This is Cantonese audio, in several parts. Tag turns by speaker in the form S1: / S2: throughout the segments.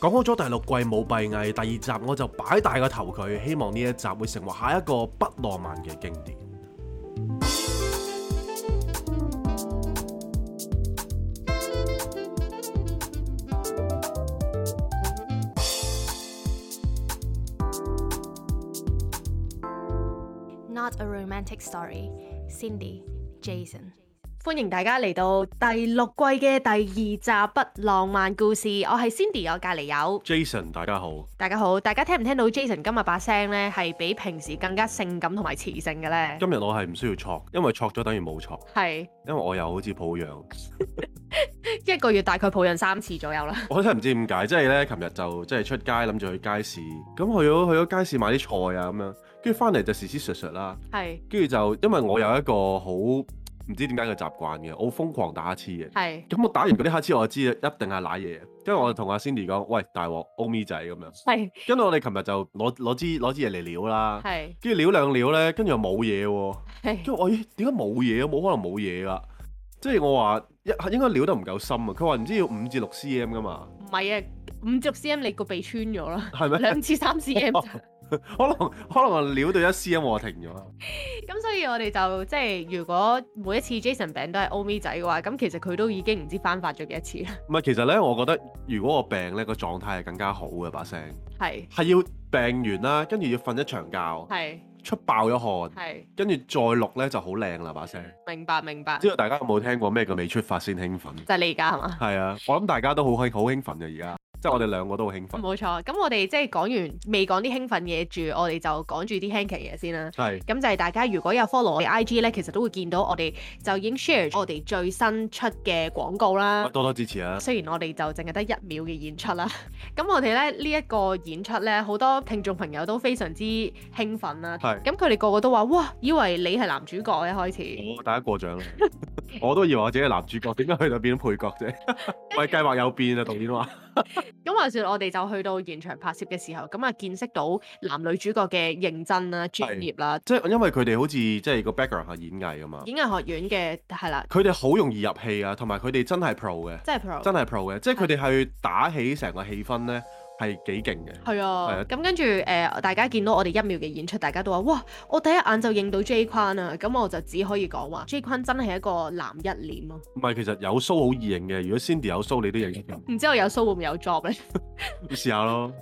S1: 講好咗第六季冇閉翳，第二集我就擺大個頭佢，希望呢一集會成為下一個不浪漫嘅經典。
S2: Not a romantic story. Cindy, Jason。
S3: 歡迎大家嚟到第六季嘅第二集不浪漫故事，我係 Cindy，我隔離有
S1: Jason，大家好。
S3: 大家好，大家聽唔聽到 Jason 今日把聲呢？係比平時更加性感同埋磁性嘅呢？
S1: 今日我係唔需要錯，因為錯咗等於冇錯，
S3: 係
S1: 因為我又好似抱 恙。
S3: 一個月大概抱孕三次左右啦。
S1: 我真係唔知點解，即係咧，琴日就即係出街諗住去街市，咁去咗去咗街市買啲菜啊咁樣，跟住翻嚟就時時削削啦，
S3: 係
S1: 跟住就因為我有一個好唔知點解嘅習慣嘅，我好瘋狂打乞嗤嘅。
S3: 係
S1: 咁我打完嗰啲黑黐，我就知一定係瀨嘢，因為我同阿 Cindy 講，喂大鑊，歐咪仔咁樣。
S3: 係
S1: 跟住我哋琴日就攞攞支攞支嘢嚟撩啦，
S3: 係
S1: 跟住撩兩撩咧，跟住又冇嘢喎。
S3: 係
S1: 跟住我咦點解冇嘢？冇可能冇嘢噶。即係我話一應該撩得唔夠深啊。佢話唔知要五至六 cm 噶嘛，
S3: 唔係啊？五十 cm 你個鼻穿咗 啦，
S1: 係咪？哦
S3: 兩次三 cm
S1: 可能可能我撩到一 cm 我停咗。
S3: 咁所以我哋就即係如果每一次 Jason 病都係 O 咪仔嘅話，咁其實佢都已經唔知翻發咗幾多次啦。
S1: 唔係，其實咧，我覺得如果我病咧，個狀態係更加好嘅把聲，
S3: 係
S1: 係要病完啦，跟住要瞓一場覺，
S3: 係
S1: 出爆咗汗。
S3: 係，
S1: 跟住再錄呢就好靚啦把聲，
S3: 明白明白。
S1: 知道大家有冇聽過咩叫未出發先興奮？
S3: 就係你而家係嘛？
S1: 係啊，我諗大家都好興好興奮嘅而家，即係我哋兩個都好興奮。
S3: 冇錯，咁我哋即係講完未講啲興奮嘢住，我哋就講住啲輕奇嘢先啦。
S1: 係
S3: 咁就係大家如果有 follow 我哋 IG 咧，其實都會見到我哋就已經 share 咗我哋最新出嘅廣告啦。
S1: 多多支持啊！
S3: 雖然我哋就淨係得一秒嘅演出啦， 咁我哋咧呢一、個演出咧，好多聽眾朋友都非常之興奮啦。
S1: 係
S3: 咁佢哋個個都話：哇，以為你係男主角一開始。
S1: 我大家過獎啦， 我都以為我自己係男主角，點解去到變咗配角啫？喂，計劃有變啊，導演話
S3: 咁話說，我哋就去到現場拍攝嘅時候，咁啊見識到男女主角嘅認真啦、專業啦。
S1: 即係因為佢哋好似即係個 background 係演藝啊嘛，
S3: 演藝學院嘅係啦，
S1: 佢哋好容易入戲啊，同埋佢哋真係 pro 嘅，
S3: 即係 pro。
S1: 真係 pro 嘅，即係佢哋係打起成個氣氛呢，係幾勁嘅。
S3: 係
S1: 係啊
S3: 啊，咁跟住誒、呃大家見到我哋一秒嘅演出，大家都話：哇！我第一眼就認到 J 框啊！咁我就只可以講話，J 框真係一個男一臉咯。
S1: 唔係，其實有 show 好易認嘅，如果 Cindy 有 show 你都認得㗎，
S3: 唔知我有 show 會唔會有 job 咧？
S1: 試下咯。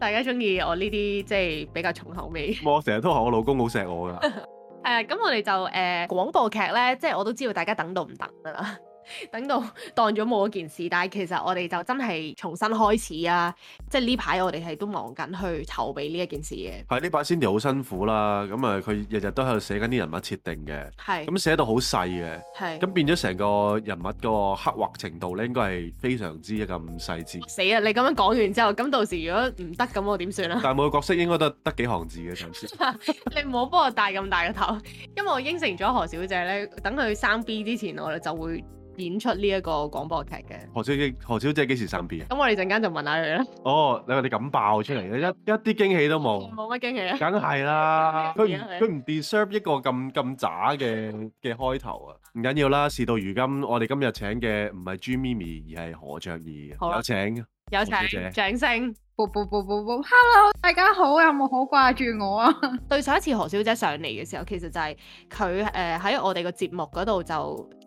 S3: 大家中意我呢啲即係比較重口味。
S1: 我成日都話我老公好錫我㗎，
S3: 係啊，咁我哋就誒、呃、廣播劇咧，即係我都知道大家等到唔等噶啦， 等到當咗冇嗰件事。但係其實我哋就真係重新開始啊！即係呢排我哋係都忙緊去籌備呢一件事嘅。
S1: 係呢把 Cindy 好辛苦啦，咁啊佢日日都喺度寫緊啲人物設定嘅，
S3: 係
S1: 咁寫到好細嘅，
S3: 係。，
S1: 咁變咗成個人物個刻畫程度咧，應該係非常之咁細緻
S3: 死啊！你咁樣講完之後，咁到時如果唔得咁，我點算啊？
S1: 但係每 個角色應該都得幾行字嘅，就算
S3: 你唔好幫我戴咁大個頭，因為我應承咗何小姐咧，等佢生 B 之前，我哋就會演出呢一個廣播劇嘅。
S1: 何小姐何小姐幾時生 B 啊？
S3: 咁我哋陣間就問下佢啦，
S1: 哦，你話你咁爆出嚟嘅，一一啲驚喜都冇。
S3: 冇乜驚喜啊！
S1: 梗係啦，佢唔
S3: 係啊係啊
S1: 佢唔 deserve 一個咁咁渣嘅嘅開頭啊！唔緊要啦，事到如今，我哋今日請嘅唔係朱咪咪，而係何卓怡，
S3: 好啊
S1: 有請。
S3: 有
S1: 何小姐
S3: 請掌聲。
S4: 啵啵啵啵啵，Hello，大家好，有冇好掛住我啊？
S3: 對上一次何小姐上嚟嘅時候，其實就係佢誒喺我哋個節目嗰度就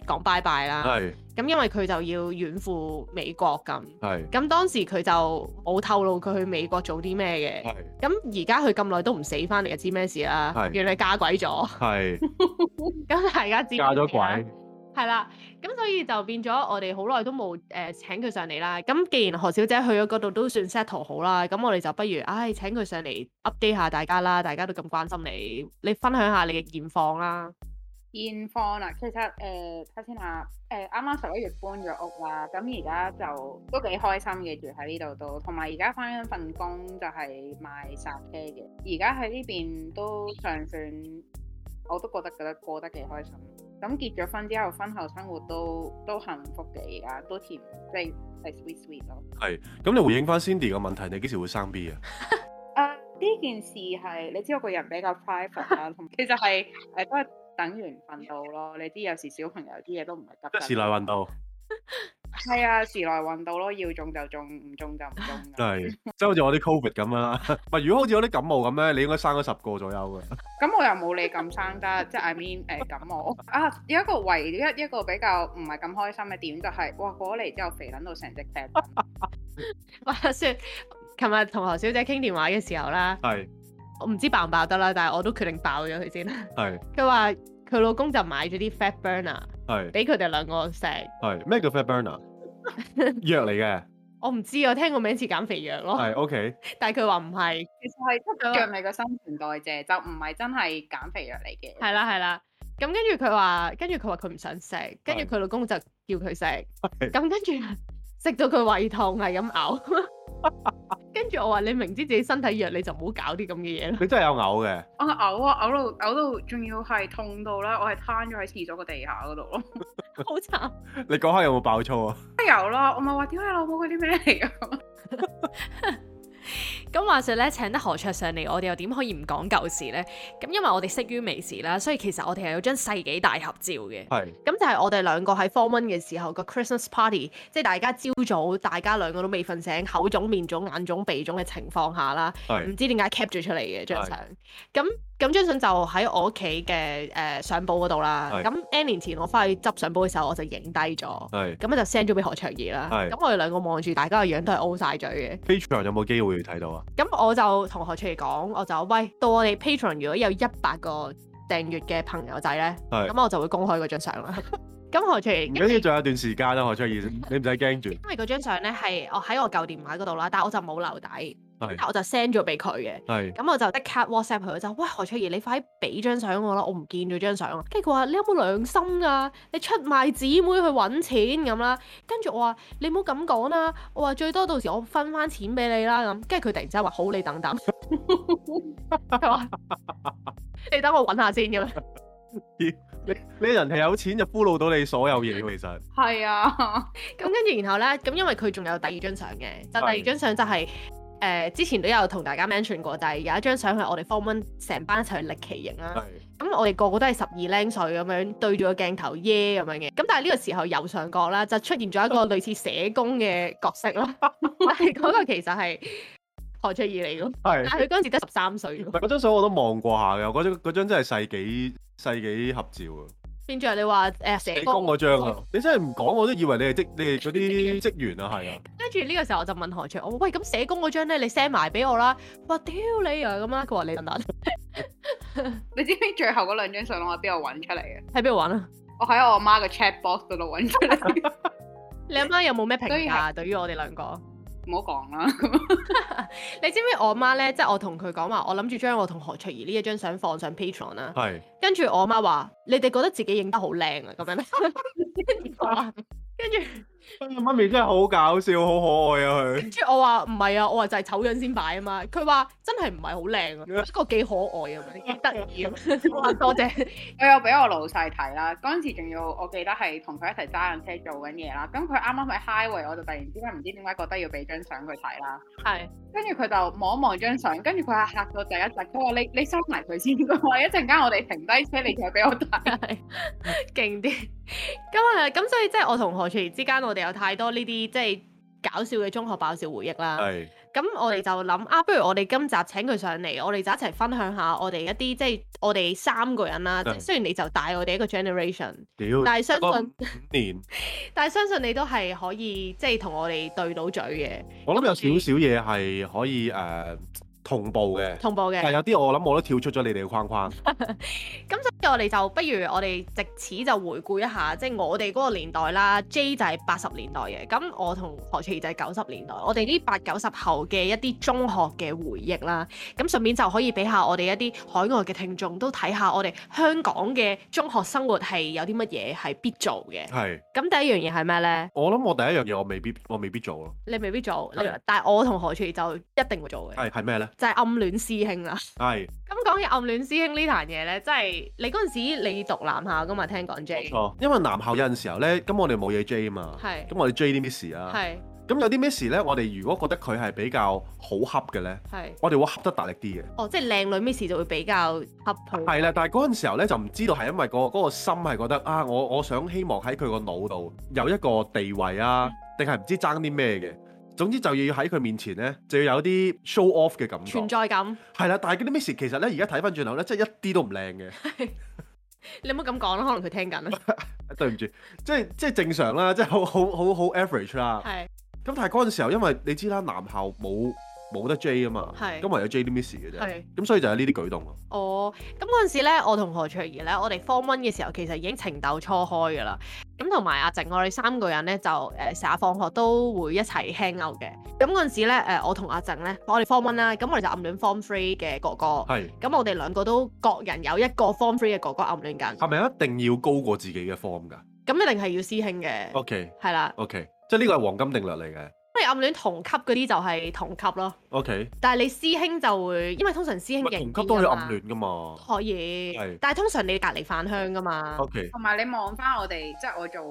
S3: 講拜拜啦。
S1: 係
S3: 咁因為佢就要遠赴美國咁，
S1: 係
S3: 咁當時佢就冇透露佢去美國做啲咩嘅。
S1: 係
S3: 咁而家佢咁耐都唔死翻嚟，就知咩事啦
S1: 係。
S3: 原來嫁鬼咗，
S1: 係
S3: 咁大家知咩事啦
S1: 嫁咗鬼，
S3: 係啦。咁所以就變咗我哋好耐都冇誒、呃、請佢上嚟啦。咁既然何小姐去咗嗰度都算 settle 好啦，咁我哋就不如唉請佢上嚟 update 下大家啦。大家都咁關心你，你分享下你嘅現況啦。
S4: 現況啊，其實呃誒睇、先啦，誒啱啱十一月搬咗屋啦，咁而家就都幾開心嘅住喺呢度都，同埋而家翻緊份工就係賣煞車嘅，而家喺呢邊都尚算，我都覺得覺得過得幾開心。咁結咗婚之後，婚後生活都都幸福嘅，而家都甜，即係係 sweet sweet 咯。
S1: 係。咁你回應翻 Cindy 個問題，你幾時會生 B 啊？
S4: 誒呃呢件事係你知我個人比較 private 啦，同其實係誒都係等緣分到咯。你知有時小朋友啲嘢都唔係急
S1: 即
S4: 得
S1: 係時來運到。
S4: 係啊，時來運到咯，要中就中，唔中就唔中咁。
S1: 真係，即係好似我啲 Covid 咁樣啦。唔 係，如果好似我啲感冒咁咧，你應該生咗十個左右嘅。
S4: 咁我又冇你咁生得，即係 I mean 誒、感冒啊！有一個唯一一個比較唔係咁開心嘅點就係、哇過咗嚟之後肥撚到成隻劈，
S3: 話說，琴日同何小姐傾電話嘅時候啦，
S1: 係
S3: 我唔知爆唔爆得啦，但係我都決定爆咗佢先啦。
S1: 係
S3: 佢話佢老公就買咗啲 fat burner
S1: 係
S3: 俾佢哋兩個食，
S1: 係咩叫 fat burner？藥嚟嘅，
S3: 我唔知我聽個名似減肥藥咯，
S1: 係 OK。
S3: 但係佢話唔係，
S4: 其實 係即係讓你個新陳代謝，就唔係真係減肥藥嚟嘅。
S3: 係啦係啦。咁跟住佢話，跟住佢話佢唔想食，跟住
S1: 係
S3: 佢老公就叫佢食，咁跟住食到佢胃痛係咁嘔。 跟住我話你明知自己身體弱，你就唔好搞啲咁 嘅嘢啦。
S1: 你真係有嘔嘅，
S4: 我嘔啊，嘔到嘔到，仲要係痛到啦，我係攤咗喺廁所個地下嗰度咯。
S3: 好慘，
S1: 你講下有冇爆粗啊？
S4: 都有啦，我咪話屌你老母嗰啲咩嚟㗎？
S2: 咁話說咧，請得何卓上嚟，我哋又點可以唔講舊事呢？咁因為我哋識於微時啦，所以其實我哋係有張世紀大合照嘅。
S1: 係
S3: 咁就係我哋兩個喺 form one 嘅時候個 Christmas party，即係大家朝早大家兩個都未瞓醒，口腫、面腫、眼腫、鼻腫嘅情況下啦，唔
S1: 係
S3: 知點解 cap 咗出嚟嘅張相。咁咁張相就喺我屋企嘅誒相簿嗰度啦。
S1: 係
S3: 咁 N 年前我翻去執相簿嘅時候，我就影低咗。
S1: 係。
S3: 咁就 send 咗俾何卓怡啦。
S1: 係
S3: 咁我哋兩個望住大家個樣都係 O 晒嘴嘅。
S1: Patreon 有冇機會睇到啊？
S3: 咁我就同何卓怡講，我就話喂，到我哋 patron 如果有一百個訂閱嘅朋友仔咧，
S1: 係
S3: 咁我就會公開嗰張相啦。 咁何卓怡
S1: 唔緊要，仲有一段時間啦，何卓怡，你唔使驚住。
S3: 因為嗰張相咧係我喺我舊電話嗰度啦，但係我就冇留底，咁但
S1: 係
S3: 係我就 send 咗俾佢嘅。
S1: 係
S3: 咁我就即刻 WhatsApp 佢，我就喂何卓怡，你快啲俾張相我啦，我唔見咗張相啊。跟住佢話你有冇良心啊？你出賣姊妹去揾錢咁啦。跟住我話你唔好咁講啦，我話最多到時我分翻錢俾你啦咁。跟住佢突然之間話好，你等 等。佢話你等我揾下先咁樣。
S1: 你你人係有錢就俘虜到你所有嘢喎，其實
S4: 係啊，
S3: 咁跟住然後咧，咁因為佢仲有第二張相嘅，就第
S1: 係
S3: 二張相就係、誒、之前都有同大家 mention 過，就係、有一張相係我哋 form one 成班一齊去歷奇營啦。
S1: 係
S3: 咁我哋個個都係十二靚歲咁樣對住個鏡頭耶咁樣嘅。咁但係呢個時候右上角啦，就出現咗一個類似社工嘅角色啦。但係嗰個其實係何卓怡嚟嘅，
S1: 係
S3: 但。係佢嗰陣時得十三歲
S1: 唔
S3: 喎。
S1: 係嗰張相我都望過下嘅，嗰張嗰張真係世紀世紀合照啊！
S3: 變咗你話誒、社
S1: 你講
S3: 工
S1: 嗰張啊，你真係唔講我都以為你係職你哋嗰啲職員啊，係啊，
S3: 跟住呢個時候我就問何卓，我話喂咁社工嗰張咧，你 send 埋俾我啦。哇屌你啊咁啦，佢話你等等
S4: 你知唔知最後嗰兩張相我喺邊度揾出嚟嘅？
S3: 喺邊度玩啊？
S4: 我喺我媽個 chat box 嗰度揾出嚟，
S3: 你阿媽有冇咩評
S4: 所以
S3: 價
S4: 係
S3: 對於我哋兩個？
S4: 唔好講啦。
S3: 你知唔知我媽咧？即係我同佢講話，我諗住將我同何卓怡呢一張相放上 Patreon 啊啦。
S1: 係
S3: 跟住我媽話：你哋覺得自己影得好靚啊咁樣咧。跟住我話跟住
S1: 媽咪真係好搞笑，好可愛啊佢
S3: 跟。住我話唔係啊，我話就係醜樣先擺啊嘛。佢話真係唔係好靚 啊，不過幾可愛啊，幾得意啊咁。我話多謝。
S4: 我有俾我老細睇啦，嗰陣時仲要我記得係同佢一齊揸緊車做緊嘢啦。咁佢啱啱喺 highway，我就突然之間唔知點解覺得要俾張相佢睇啦。
S3: 係
S4: 跟住佢就望一望張相，跟住佢係嚇到第一窒，佢話你你收埋佢先，佢話一陣間我哋停低車，你就俾我睇。
S3: 係勁啲。咁啊，咁所以即係我同何卓怡之間，我哋有太多呢啲即係搞笑嘅中學爆笑回憶啦。
S1: 係
S3: 咁我哋就諗啊，不如我哋今集請佢上嚟，我哋就一齊分享下我哋一啲即係我哋三個人啦。即係
S1: 嗯
S3: 雖然你就大我哋一個 generation，
S1: 屌，
S3: 但係相
S1: 嗰
S3: 信，
S1: 五年，
S3: 但係相信你都係可以即係同我哋對到嘴嘅，
S1: 我諗有少少嘢係可以誒同步嘅，
S3: 同步嘅
S1: 但。係有啲我諗我都跳出咗你哋嘅框框。
S3: 咁所以我哋就不如我哋藉此就回顧一下，即係我哋嗰個年代啦。J 就係八十年代嘅，咁我同何卓怡就係九十年代。我哋呢八九十後嘅一啲中學嘅回憶啦，咁順便就可以俾下我哋一啲海外嘅聽眾都睇下我哋香港嘅中學生活係有啲乜嘢係必做嘅。
S1: 係，
S3: 咁第一樣嘢係咩呢？
S1: 我諗我第一樣嘢我未必我未必做咯。
S3: 你未必做，
S1: 係
S3: 你但係我同何卓怡就一定會做
S1: 係
S3: 嘅，
S1: 係咩咧？
S3: 就係暗戀師兄啦。
S1: 係
S3: 咁講起暗戀師兄呢壇嘢呢，真係你嗰陣時你讀男校噶嘛？聽講
S1: 冇
S3: J
S1: 錯，因為男校有陣時候咧，咁我哋冇嘢 J 啊嘛，
S3: 係
S1: 咁我哋 J 啲 miss 啊。
S3: 係。
S1: 咁有啲咩事咧？我哋如果覺得佢係比較好恰嘅咧，
S3: 係
S1: 我哋會恰得大力啲嘅。
S3: 哦，即係靚女 Miss 就會比較恰佢。
S1: 係啦，但係嗰陣時候咧就唔知道係因為、個嗰、個心係覺得啊，我我想希望喺佢個腦度有一個地位啊，定係唔知爭啲咩嘅。總之就要喺佢面前咧，就要有啲 show off 嘅感覺
S3: 存。在感，
S1: 係啦，但係嗰啲 miss 其實咧，而家睇翻轉頭咧，真係一啲都唔靚嘅。
S3: 你唔好咁講啦，可能佢聽緊啊啦。
S1: 對唔住，即係即係正常啦，即係好好好好 average 啦。
S3: 係
S1: 咁但係嗰陣時候，因為你知啦，男校冇冇得 J 啊嘛，
S3: 係
S1: 咁唯有 J 啲 miss 嘅啫。
S3: 係，
S1: 咁所以就係呢啲舉動咯。
S3: 哦，咁嗰陣時咧，我同何翠怡咧，我哋 form one 嘅時候其實已經情竇初開噶啦。咁同埋阿靜，我哋三個人咧就誒成日放學都會一齊 hang out 嘅。咁嗰陣時咧，呃誒我同阿靜咧，我哋 form one 啦，咁我哋就暗戀 form three 嘅哥哥。
S1: 係
S3: 咁我哋兩個都各人有一個 form three 嘅哥哥暗戀緊，
S1: 係咪一定要高過自己嘅 form 㗎
S3: 咁一定係要師兄嘅，
S1: ？OK
S3: 係啦。
S1: OK，即係呢個係黃金定律嚟嘅。
S3: 因為暗戀同級嗰啲就係同級咯，
S1: OK，
S3: 但係你師兄就會，因為通常師兄
S1: 喂
S3: 型
S1: 同級都可以暗戀㗎嘛。
S3: 可以
S1: 係，
S3: 但係通常你隔離飯香噶嘛，
S1: OK，
S4: 同埋你望翻我哋，即係我做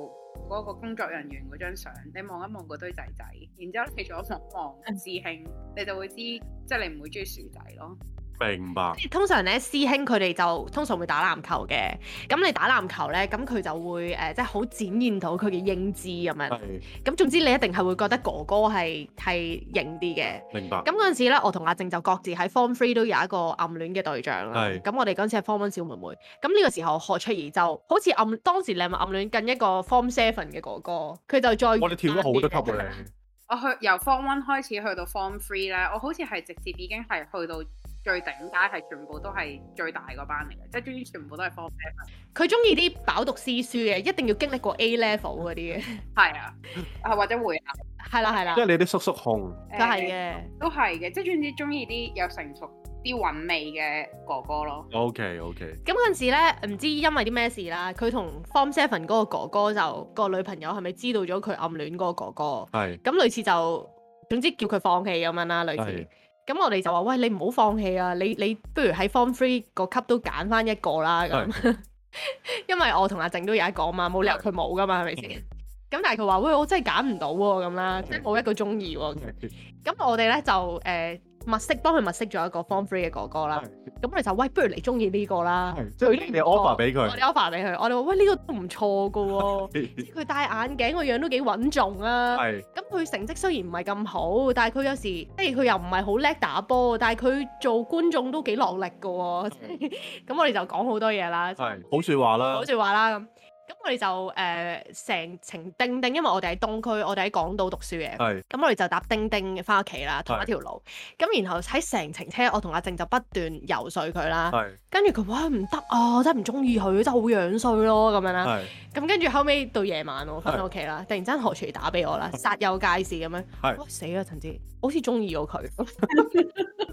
S4: 嗰個工作人員嗰張相，你望一望嗰堆仔仔，然之後你再望一望師兄，你就會知，即係你唔會中意薯仔咯。
S1: 明白。
S3: 即係通常咧師兄佢哋就通常會打籃球嘅，咁你打籃球咧，咁佢就會誒、呃即係好展現到佢嘅英姿咁樣，
S1: 係
S3: 咁總之你一定係會覺得哥哥係係型啲嘅。
S1: 明白。
S3: 咁嗰陣時咧，我同阿靜就各自喺 Form Three 都有一個暗戀嘅對象啦
S1: 係。
S3: 咁我哋嗰陣時係 Form One 小妹妹。咁呢個時候何翠怡就好似暗當時你係咪暗戀緊一個 Form Seven 嘅哥哥，佢就再
S1: 我哋跳咗好多級
S3: 暗戀
S1: 嘅
S3: 你。
S1: 你。
S4: 我去由 Form One 開始去到 Form Three 咧，我好似係直接已經係去到最頂階，係全部都係最大嗰班嚟嘅，即係終於全部都係 Form 啊 Seven。
S3: 佢中意啲飽讀詩書嘅，一定要經歷過 A Level 嗰啲嘅。
S4: 係啊，啊或者會啊，
S3: 係啦係啦
S1: 即，係你啲叔叔控，
S3: 都係
S4: 誒，
S3: 嘅。
S4: 都係嘅，即係總之中意啲有成熟啲韻味嘅哥哥咯。
S1: OK OK，
S3: 咁嗰陣時咧，唔知因為啲咩事啦，佢同 Form Seven 嗰個哥哥就個女朋友係咪知道咗佢暗戀嗰個哥哥？
S1: 係
S3: 咁類似就總之叫佢放棄咁樣啦，類似
S1: 係。
S3: 咁我哋就話：喂，你唔好放棄啊！你你不如喺 Form Three 個級都揀翻一個啦咁，
S1: 係
S3: 因為我同阿靜都有一個啊嘛，冇理由佢冇噶嘛，係咪先？咁但係佢話：喂，我真係揀唔到喎咁啦，即係冇一個中意喎。咁我哋咧就誒、呃物色幫佢物色咗一個 Form Three 嘅哥哥啦。咁我哋就喂，不如你中意呢個啦。
S1: 係，即係你 offer 俾
S3: 我
S1: 佢
S3: 哋 offer 俾佢，我哋話：喂，呢、個都唔錯噶喎，即係佢戴眼鏡個樣都幾穩重啊。
S1: 係
S3: 咁佢成績雖然唔係咁好，但係佢有時即係佢又唔係好叻打波，但係佢做觀眾都幾落力嘅喎、 咁我哋就講好多嘢啦，
S1: 嗯係好説話啦
S3: 好，似話啦咁。呃咁我哋就誒成、程叮叮，因為我哋喺東區，我哋喺港島讀書嘅。
S1: 係
S3: 咁我哋就搭叮叮翻屋企啦，同一條路。咁然後喺成程車，我同阿靜就不斷游說佢啦。
S1: 係
S3: 跟住佢話唔得啊，真係唔中意佢，真係好樣衰咯咁樣啦。
S1: 係
S3: 咁跟住後尾到夜晚我翻到屋企啦，突然之間何廚打俾 我啦，煞有介事咁樣，
S1: 係
S3: 哇死啦陳志，好似中意咗佢，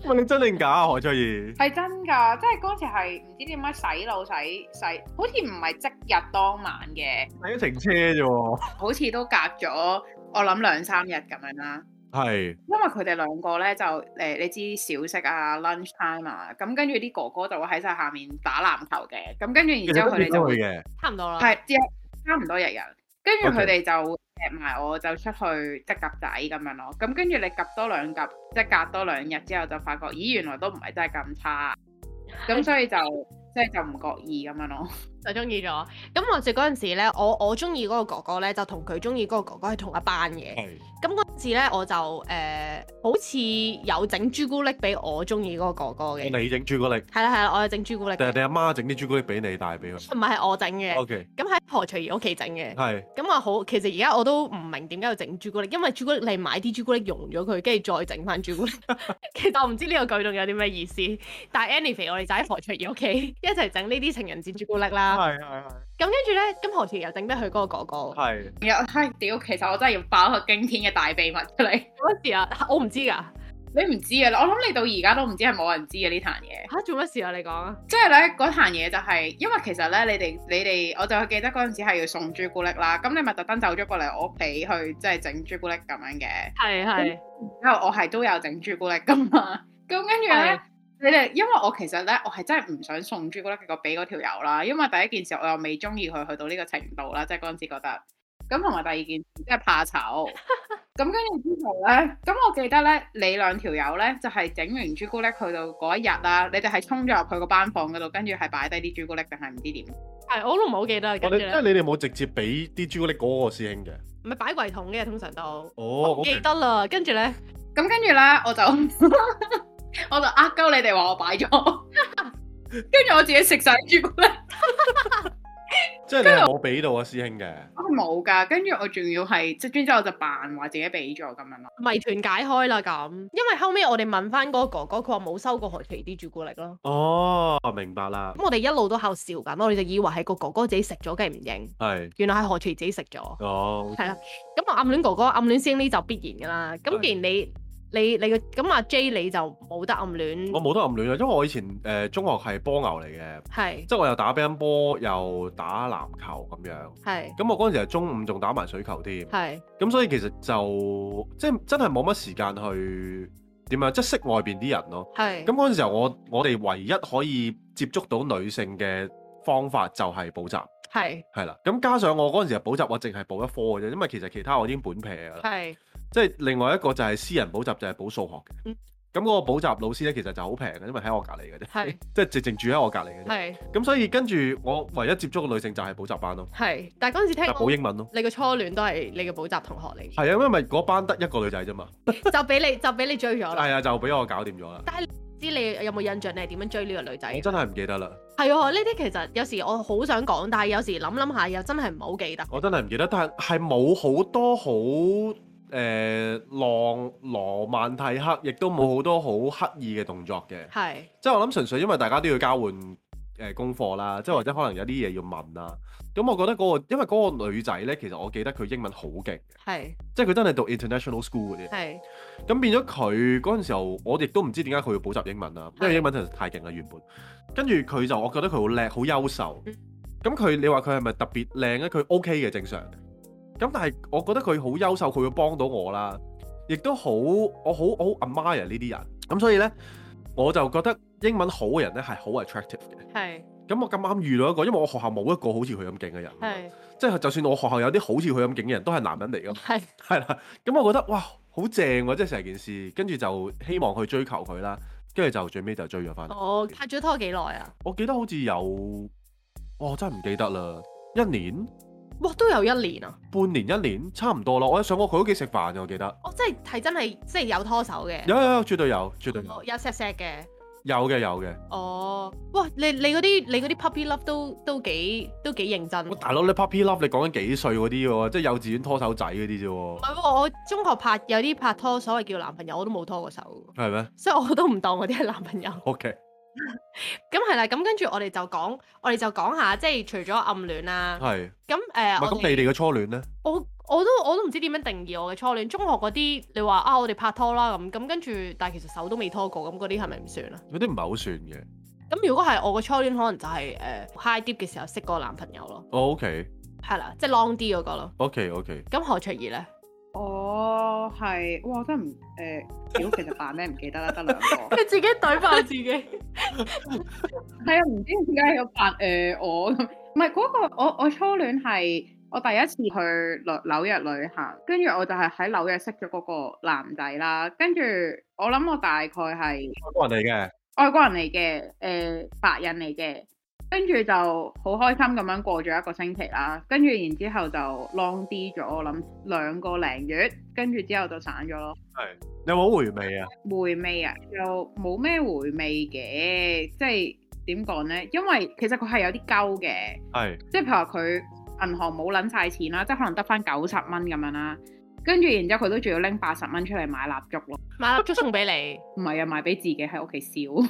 S1: 喂，你真定假啊？何卓怡
S4: 係真㗎，即係嗰時係唔知點解洗腦洗洗，好似唔係即日當晚嘅，
S1: 係一程車啫喎，
S4: 好似都隔咗我諗兩三日咁樣啦。
S1: 係
S4: 因為佢哋兩個咧就誒、你知小息啊、lunch time 啊，咁跟住啲哥哥就會喺晒下面打籃球嘅，咁跟住然
S1: 其
S4: 之
S1: 實
S4: 後
S1: 都
S4: 佢
S1: 變
S4: 哋
S1: 咗
S4: 就
S1: 佢
S4: 會
S1: 嘅，
S3: 差唔多啦，
S4: 係即係差唔多日日，跟住
S1: OK
S4: 佢哋就夾埋我就出去即係夾仔咁樣咯，咁跟住你夾多兩夾，即係隔多兩日之後就發覺，咦原來都唔係真係咁差，咁所以就即係就唔覺意咁樣咯。
S3: 就中意咗。咁話説嗰陣時咧，我我中意嗰個哥哥咧，就同佢中意嗰個哥哥係同一班嘅。
S1: 係
S3: 咁嗰陣時咧，我就誒、呃好似有整朱古力俾我中意嗰個哥哥嘅，
S1: 你整朱古力，
S3: 係啦係啦，我有整朱古力
S1: 定係哦
S3: 嘅，
S1: 你阿媽整啲朱古力俾你帶俾佢
S3: 唔係係我整嘅。
S1: ？OK，
S3: 咁喺何翠怡屋企整嘅。
S1: 係
S3: 咁啊好，其實而家我都唔明點解要整朱古力，因為朱古力你買啲朱古力溶咗佢，跟住再整翻 朱古力。其實我唔知呢個舉動有啲咩意思，但係 anyway 我哋就喺何卓怡屋企 一齊整呢啲情人節朱古力啦。
S1: 係係
S3: 咁跟住咧，咁何卓怡又整俾佢嗰個哥哥。
S1: 係
S4: 有唉屌，其實我真係要爆一個驚天嘅大秘密出嚟，
S3: 做乜事啊？我唔知㗎。
S4: 你唔知嘅，我諗你到而家都唔知係冇人知嘅呢壇嘢。
S3: 嚇做乜事啊？你講啊？
S4: 即係咧嗰壇嘢就係、因為其實咧你哋你哋，我就記得嗰陣時係要送朱古力啦，咁你咪特登走咗過嚟我屋企去即係整朱古力咁樣嘅，
S3: 係係
S4: 之後我係都有整朱古力噶嘛， 咁跟住
S3: 係
S4: 咧。你哋，因為我其實咧，我係真係唔想送朱古力個俾嗰條友啦，因為第一件事我又未中意佢去到呢個程度啦，即係嗰陣時覺得，咁同埋第二件事即係怕醜，咁跟住之後咧，咁我記得咧，你兩條友咧就係、整完朱古力去到嗰一日啦，你哋係衝咗入去個班房嗰度，跟住係擺低啲朱古力定係唔知點？
S3: 係我都唔係好記得，
S1: 我
S3: 跟
S1: 哋
S3: 住咧
S1: 因為你哋冇直接俾啲朱古力嗰個師兄嘅。
S3: 唔係擺櫃桶嘅，通常都
S1: 哦
S3: 記
S1: ，OK，
S3: 得啦。跟住咧，
S4: 咁跟住咧，我就 我就呃鳩你哋話我擺咗， 跟住我自己食晒朱古力，
S1: 即係你係冇俾到啊師兄嘅。
S4: 我係冇㗎。跟住我仲要係即係專之後我就扮話自己俾咗咁樣咯。
S3: 謎團解開啦咁，因為後尾我哋問翻嗰個哥哥，佢話冇收過何其啲朱古力咯。
S1: 哦，明白啦，
S3: 咁我哋一路都喺度笑緊，我哋就以為係個哥哥自己食咗，梗係唔認。
S1: 係，
S3: 原來係何其自己食咗。
S1: 哦，
S3: 咁我暗戀哥哥、暗戀師兄呢就必然㗎啦。咁既然你你你個咁阿 J 你就冇得暗
S1: 我
S3: 戀，
S1: 冇得暗戀啊，因為我以前誒、呃中學係波牛嚟嘅，
S3: 係
S1: 即係我又打乒乓波又打籃球咁樣。
S3: 係
S1: 咁我嗰陣時係中午仲打埋水球添，
S3: 係
S1: 咁所以其實就即係真係冇乜時間去點啊，即係識外邊啲人咯。
S3: 係。
S1: 咁嗰陣時候我我哋唯一可以接觸到女性嘅方法就係補習，
S3: 係
S1: 係啦。咁加上我嗰陣時候補習，我淨係補一科嘅啫，因為其實其他我已經本撇㗎啦。
S3: 係
S1: 即係另外一個就係私人補習就係補數學嘅
S3: 嗯。
S1: 咁嗰個補習老師咧，其實就好平嘅，因為喺我隔離嘅啫
S3: 係，
S1: 即係直情住喺我隔離嘅啫。
S3: 係
S1: 咁所以跟住我唯一接觸嘅女性就係補習班咯，
S3: 係，但係嗰陣時聽
S1: 即係
S3: 講
S1: 補英文咯。
S3: 你個初戀都係你嘅補習同學嚟
S1: 係啊，因為嗰班得一個女仔啫嘛，
S3: 嘅，就俾你就俾你追咗啦。
S1: 係啊，就俾我搞掂咗啦。
S3: 知你有冇印象你係點樣追呢個女仔
S1: 我
S3: 嘅？
S1: 真係唔記得啦，
S3: 係啊，呢啲其實有時我好想講，但係有時諗諗下又真係唔好記得。
S1: 我真係唔記得，但係係冇好多好誒、呃浪羅曼蒂克，亦都冇好多好刻意嘅動作嘅。
S3: 係
S1: 即係我諗純粹因為大家都要交換誒、呃功課啦，即係或者可能有啲嘢要問啦。咁我覺得嗰、個因為嗰個女仔呢，其實我記得佢英文好勁，
S3: 係
S1: 即係佢真係讀 international school 嗰啲。
S3: 係
S1: 咁變咗佢嗰陣時候，我亦都唔知點解佢要補習英文啦，因為英文實在太勁啦原本。跟住佢就我覺得佢好叻，好優秀
S3: 嗯。
S1: 咁佢你話佢係咪特別靚咧？佢 OK 嘅正常。咁但係我覺得佢好優秀，佢會幫到我啦，亦都好我好我好 admire 呢啲人。咁所以呢，我就覺得英文好嘅人呢係好 attractive 嘅。
S3: 係
S1: 咁我咁啱遇到一個，因為我學校冇一個好似佢咁勁嘅人，
S3: 係
S1: 即係就算我學校有啲好似佢咁勁嘅人都係男人嚟㗎嘛
S3: 係
S1: 係啦，咁我覺得哇，好正喎！即係成件事，跟住就希望去追求佢啦，跟住就最尾就追咗翻。
S3: 我哦拍咗拖幾耐啊？
S1: 我記得好似有，我真係唔記得啦，一年、
S3: 哇，都有一年啊！
S1: 半年、一年，差唔多啦。我上過佢屋企食飯嘅，我記得。
S3: 我真係係真係哦即係有拖手嘅，哦
S1: 有有有，絕對有，絕對有，
S3: 有錫錫嘅。
S1: 有嘅有嘅。
S3: 哦，哇！你你嗰啲你嗰啲 puppy love 都都幾都幾認真。
S1: 我大佬你 puppy love，你講緊幾歲嗰啲喎？即係幼稚園拖手仔嗰啲啫
S3: 唔
S1: 喎，
S3: 係喎，我中學拍有啲拍拖，所謂叫男朋友，我都冇拖過手嘅，
S1: 係咩
S3: 所以我 都唔當嗰啲係男朋友。
S1: ？OK，
S3: 咁係啦，咁跟住我哋就講，我哋就講下，即係除咗暗戀啦，
S1: 係。
S3: 咁誒、
S1: 唔
S3: 呃
S1: 係
S3: 我
S1: 咁，
S3: 哋
S1: 你哋嘅初戀咧？
S3: 我我都我都唔知點樣定義我嘅初戀。中學嗰啲你話啊，我哋拍拖啦咁，咁跟住但係其實手都未拖過，咁嗰啲係咪唔算啊？
S1: 嗰啲唔係好算嘅。
S3: 咁如果係我嘅初戀，可能就係、呃 high dip 嘅時候識個男朋友咯，
S1: 哦，OK，OK，OK。
S3: 係啦，即係 long 啲嗰個咯。咁何卓怡咧？
S4: 哦，係，哇，真係唔誒，屌、其實扮咩唔記得啦，得兩個。
S3: 你自己懟爆自己。
S4: 係啊，唔知點解有扮誒我咁，唔係嗰個我我初戀係我第一次去紐紐約旅行，跟住我就係喺紐約識咗嗰個男仔啦，跟住我諗我大概係
S1: 外國人嚟嘅。
S4: 外國人嚟嘅，誒、白人嚟嘅，跟住就好開心咁樣過咗一個星期啦，跟住然之後就 long 啲咗，我諗兩個零月，跟住之後就散咗咯。
S1: 你有冇回味啊？
S4: 回味啊，又冇咩回味嘅，即係點講呢？因為其實佢係有啲鳩嘅，
S1: 係
S4: 即係譬如話佢銀行冇撚晒錢啦，即係可能得翻九十蚊咁樣啦，跟住然之後佢都仲要拎八十蚊出嚟買蠟燭咯，
S3: 買蠟燭送俾你，
S4: 唔係啊，買俾自己喺屋企燒。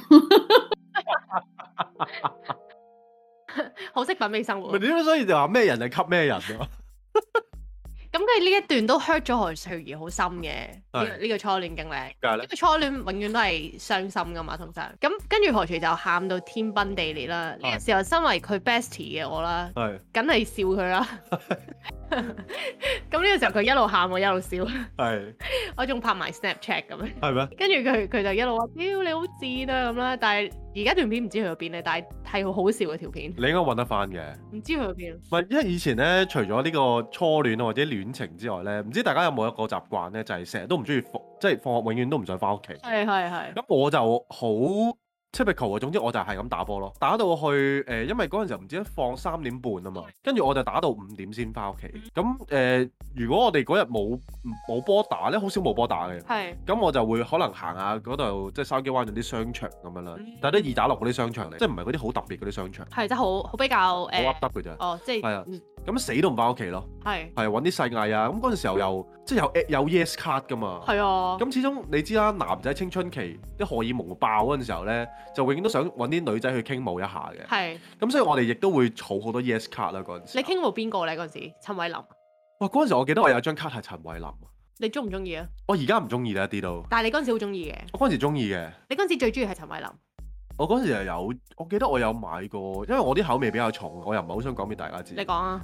S3: 好識品味生
S1: 咪
S3: 活。咁
S1: 點解所以就話咩人係吸咩人咯？
S3: 跟住呢一段都 hurt 咗何翠怡好深嘅呢個
S1: 係
S3: 呢個初戀經歷。
S1: 點解
S3: 因為初戀永遠都係傷心噶嘛，通常咁跟住何隨就喊到天崩地裂啦。呢個時候身為佢 bestie 嘅我啦，
S1: 係
S3: 梗係笑佢啦。咁呢個時候佢一路喊我一路笑，
S1: 係
S3: 我仲拍埋 Snapchat 咁樣。
S1: 係咩？
S3: 跟住佢佢就一路話：屌你好賤啊咁啦！但係而家段片唔知去咗邊咧，但係係好好笑嘅 條片，
S1: 你應該揾得翻嘅。
S3: 唔知去咗邊。
S1: 唔係，因為以前咧，除咗呢個初戀或者戀情之外咧，唔知大家有冇一個習慣咧，就係成日都唔中意放，即係放學永遠都唔想翻屋企。
S3: 係係係，
S1: 咁我就好 typical 啊，總之我就係咁打波咯，打到去誒、呃因為嗰陣時候唔知放三點半啊嘛，跟住我就打到五點先翻屋企。咁誒、呃如果我哋嗰日冇冇波打咧，好少冇波打嘅。
S3: 係
S1: 咁我就會可能行下嗰度，即係筲箕灣有啲商場咁樣啦
S3: 嗯，
S1: 但係都二打六嗰啲商場嚟，即係唔係嗰啲好特別嗰啲商場，
S3: 係真係好好比較
S1: 好
S3: 誒
S1: 噏，得嘅啫。
S3: 哦，即
S1: 係啊
S3: 係嗯
S1: 咁死都唔翻屋企咯，
S3: 係
S1: 係揾啲細藝啊。咁嗰陣時候又即係有有 yes 卡噶嘛。
S3: 係啊，
S1: 咁始終你知啦，男仔青春期啲荷爾蒙爆嗰陣時候呢，就永遠都想揾啲女仔去傾慕一下嘅。
S3: 係
S1: 咁所以我哋亦都會儲好多 yes 卡啦嗰陣時
S3: 你
S1: 候。
S3: 傾過邊個咧嗰陣時？陳慧琳，
S1: 哇！嗰陣時我記得我有張卡係陳慧琳，
S3: 你中唔中意啊？
S1: 我而家唔中意啦一啲都。
S3: 但係你嗰陣時好中意嘅，
S1: 我嗰陣時中意嘅，
S3: 你嗰陣時最中意係陳慧琳，
S1: 嗯我嗰陣時又有，我記得我有買過，因為我啲口味比較重，我又唔係好想講俾大家知
S3: 你。講啊，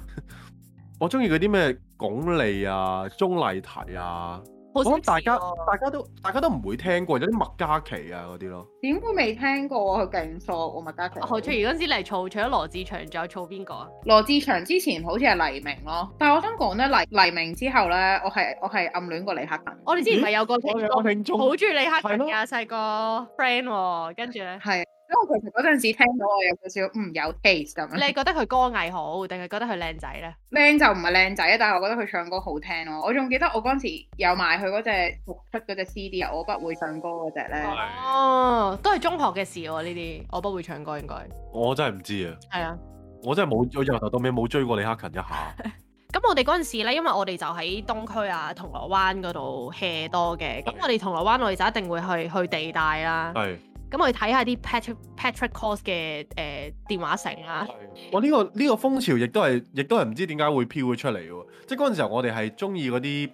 S1: 我中意嗰啲咩鞏俐啊、鍾麗緹啊，
S3: 好
S1: 我
S3: 新
S1: 諗大
S3: 奇
S1: 家
S3: 喎
S1: 大家都大家都唔會聽過，有啲麥嘉琪啊嗰啲咯。
S4: 點會未聽過啊？佢勁傻喎，麥嘉琪。
S3: 何翠怡嗰陣時嚟嘈，哦除咗羅志祥，仲有嘈邊個啊？
S4: 羅志祥之前好似係黎明咯，但係我想講咧，黎黎明之後咧，我係我係暗戀過李克勤。
S3: 我哋之前咪有個聽眾
S1: 我聽
S3: 好
S1: 眾
S3: 中意李克
S1: 係
S3: 勤
S1: 咯
S3: 㗎，細個 friend 喎，跟住咧，
S4: 係，因為其實嗰陣時聽到我有少少嗯有 taste 咁
S3: 你係
S4: 樣。
S3: 覺得佢歌藝好，定係覺得佢靚仔咧？
S4: 靚就唔係靚仔，但係我覺得佢唱歌好聽咯。我仲記得我嗰陣時有買佢嗰只復出嗰只 CD 啊，我不會唱歌嗰只咧。
S1: 係
S3: 哦，都係中學嘅事喎，呢啲我不會唱歌應該
S1: 我真係唔知啊。
S3: 係啊。
S1: 我真係冇，我由頭到尾冇追過李克勤一下。
S3: 咁我哋嗰陣時咧，因為我哋就喺東區啊、銅鑼灣嗰度 hea 多嘅，咁我哋銅鑼灣我哋就一定會去去地帶啦，
S1: 係，
S3: 咁我哋睇下啲 Patrick Patrick Cos 嘅誒、呃、電話城啦，
S1: 我呢、個呢、個風潮亦都係，亦都係唔知點解會飄咗出嚟喎。即係嗰陣時候，我哋係中意嗰啲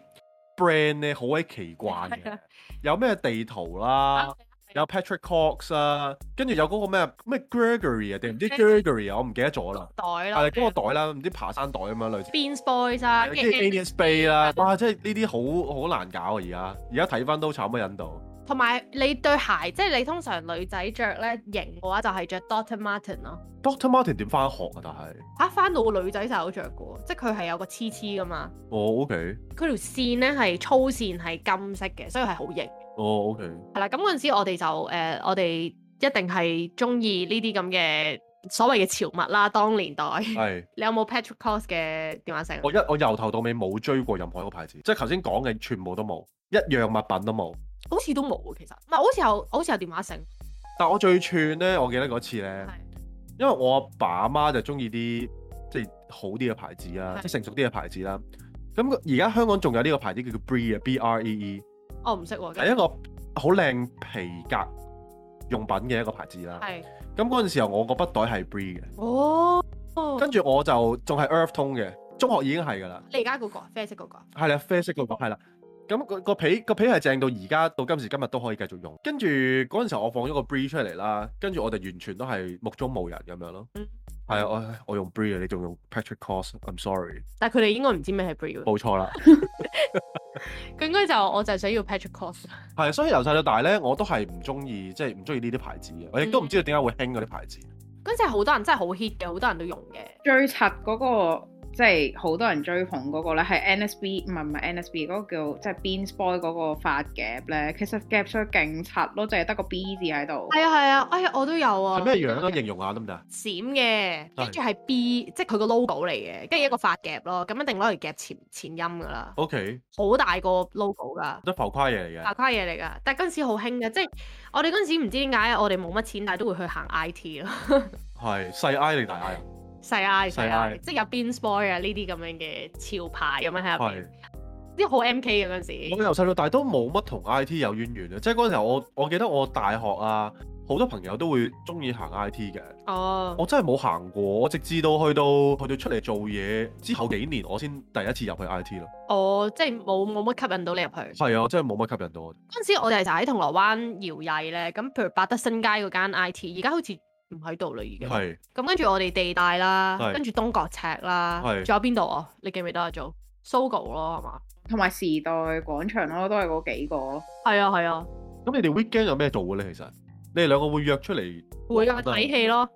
S1: brand 咧，好鬼奇怪 嘅，有咩地圖啦。有 Patrick Cox 啊，跟住有嗰個咩咩 Gregory 啊，定唔知 Gregory 啊，我唔記得咗啦。
S3: 袋啦
S1: 係啊嗰個袋啦，唔知爬山袋咁樣類似，
S3: ，Beans Boys 啊，
S1: 跟
S3: 跟
S1: 住
S3: 住
S1: Alias Bay 啦，哇！即係呢啲好好難搞啊！而家而家睇翻都慘乜引度，
S3: 同埋你對鞋，即係你通常女仔着咧型嘅話，就係着 Doctor Marten 咯。
S1: Doctor Martin 點翻學啊？但係，
S3: 嚇，翻到女仔就有着嘅喎，即係佢係有個黐黐噶嘛。
S1: 哦 OK，
S3: 佢條線咧係粗線係金色嘅，所以係好型。
S1: 哦 OK。
S3: 係啦，咁嗰陣時我哋就誒、呃我哋一定係中意呢啲咁嘅所謂嘅潮物啦。當年代，
S1: 係，
S3: 你有冇 Patrick Cos 嘅電話聲啊？
S1: 我一我由頭到尾冇追過任何一個牌子，即係頭先講嘅全部都冇，一樣物品都冇。
S3: 好似都冇喎，其實唔係，好似有好似有電話聲。
S1: 但我最串咧，我記得嗰次咧
S3: 係，
S1: 因為我阿爸阿媽就中意啲即係好啲嘅牌子啦，
S3: 係
S1: 即係成熟啲嘅牌子啦。咁而家香港仲有呢個牌子叫做 Bree 啊，B R E E，
S3: 我哦唔識喎。
S1: 係一個好靚皮革用品嘅一個牌子啦。
S3: 係
S1: 咁嗰陣時候，我個筆袋係 Bree 嘅，
S3: 哦，
S1: 跟住我就仲係 Earth 通嘅，中學已經係㗎啦。
S3: 你而家嗰個啡色嗰個啊
S1: 係啦，啡色嗰個係啦。咁個個皮個皮係正到而家到今時今日都可以繼續用。跟住嗰陣時候我放咗個 Bree 出嚟啦，跟住我哋完全都係目中無人咁樣咯。
S3: 嗯
S1: 係啊，我我用 Bree 啊，你仲用 Patrick Cos？I'm sorry，
S3: 但係佢哋應該唔知咩係 Brie 喎
S1: 冇錯啦。
S3: 佢應該就我就係想要 Patrick 啊 Cos，
S1: 係，啊所以由細到大咧，我都係唔中意，即係唔中意呢啲牌子嘅。我亦都唔知道點解會興嗰啲牌子。
S3: 嗰陣時係好多人真係好 hit 嘅，好多人都用嘅。
S4: 最柒嗰、個即係好多人追捧嗰個咧，係 NSB 唔係唔係 NSB 嗰個叫即係 Beans Boy 嗰個髮夾咧，其實夾出勁柒咯，淨係得個 B 字喺度。
S3: 係啊係啊，哎呀我都有啊。
S1: 哦係咩樣啊？形容下得唔得啊？
S3: 閃嘅，跟住係 B，即係佢個 logo 嚟嘅，跟住一個髮夾咯，咁一定攞嚟夾前前音噶啦，
S1: ？OK，
S3: 好大個 logo 噶，
S1: 都浮誇嘢嚟嘅
S3: 大。跨嘢嚟噶。但係嗰陣時好興嘅，即係我哋嗰陣時唔知點解我哋冇乜錢，但係都會去行 IT 咯，
S1: 係細 I 定大 I？啊
S3: 細 I
S1: 細
S3: 細
S1: I
S3: I，即係有 Beans Boy 啊呢啲咁樣嘅潮牌咁樣喺入邊，
S1: 係。
S3: 啲好 MK 嘅嗰陣
S1: 我
S3: 時，
S1: 由細到大都冇乜同 I T 有淵源啊！即係嗰陣時候我，我記得我大學啊，好多朋友都會中意行 I T 嘅。
S3: 哦，
S1: 我真係冇行過，我直至到去到去到出嚟做嘢之後幾年，我先第一次入去 I T 咯。
S3: 哦，即係冇冇乜吸引到你入去。
S1: 係啊，我真係冇乜吸引到我。
S3: 嗰陣時我哋就喺銅鑼灣搖曳咧，咁譬如百德新街嗰間 I T，而家好似唔喺度啦，已經。
S1: 係
S3: 咁跟住我哋地帶啦，
S1: 係
S3: 跟住東角尺啦，
S1: 係
S3: 仲有邊度啊？你記唔記得啊？做 Sogo 咯，係嘛？
S4: 同埋時代廣場咯，都係嗰幾個咯。
S3: 係啊，係啊，
S1: 咁你哋 weekend 有咩做嘅咧？其實你哋兩個會約出嚟
S3: 會啊，
S1: 得啊
S3: 睇戲咯，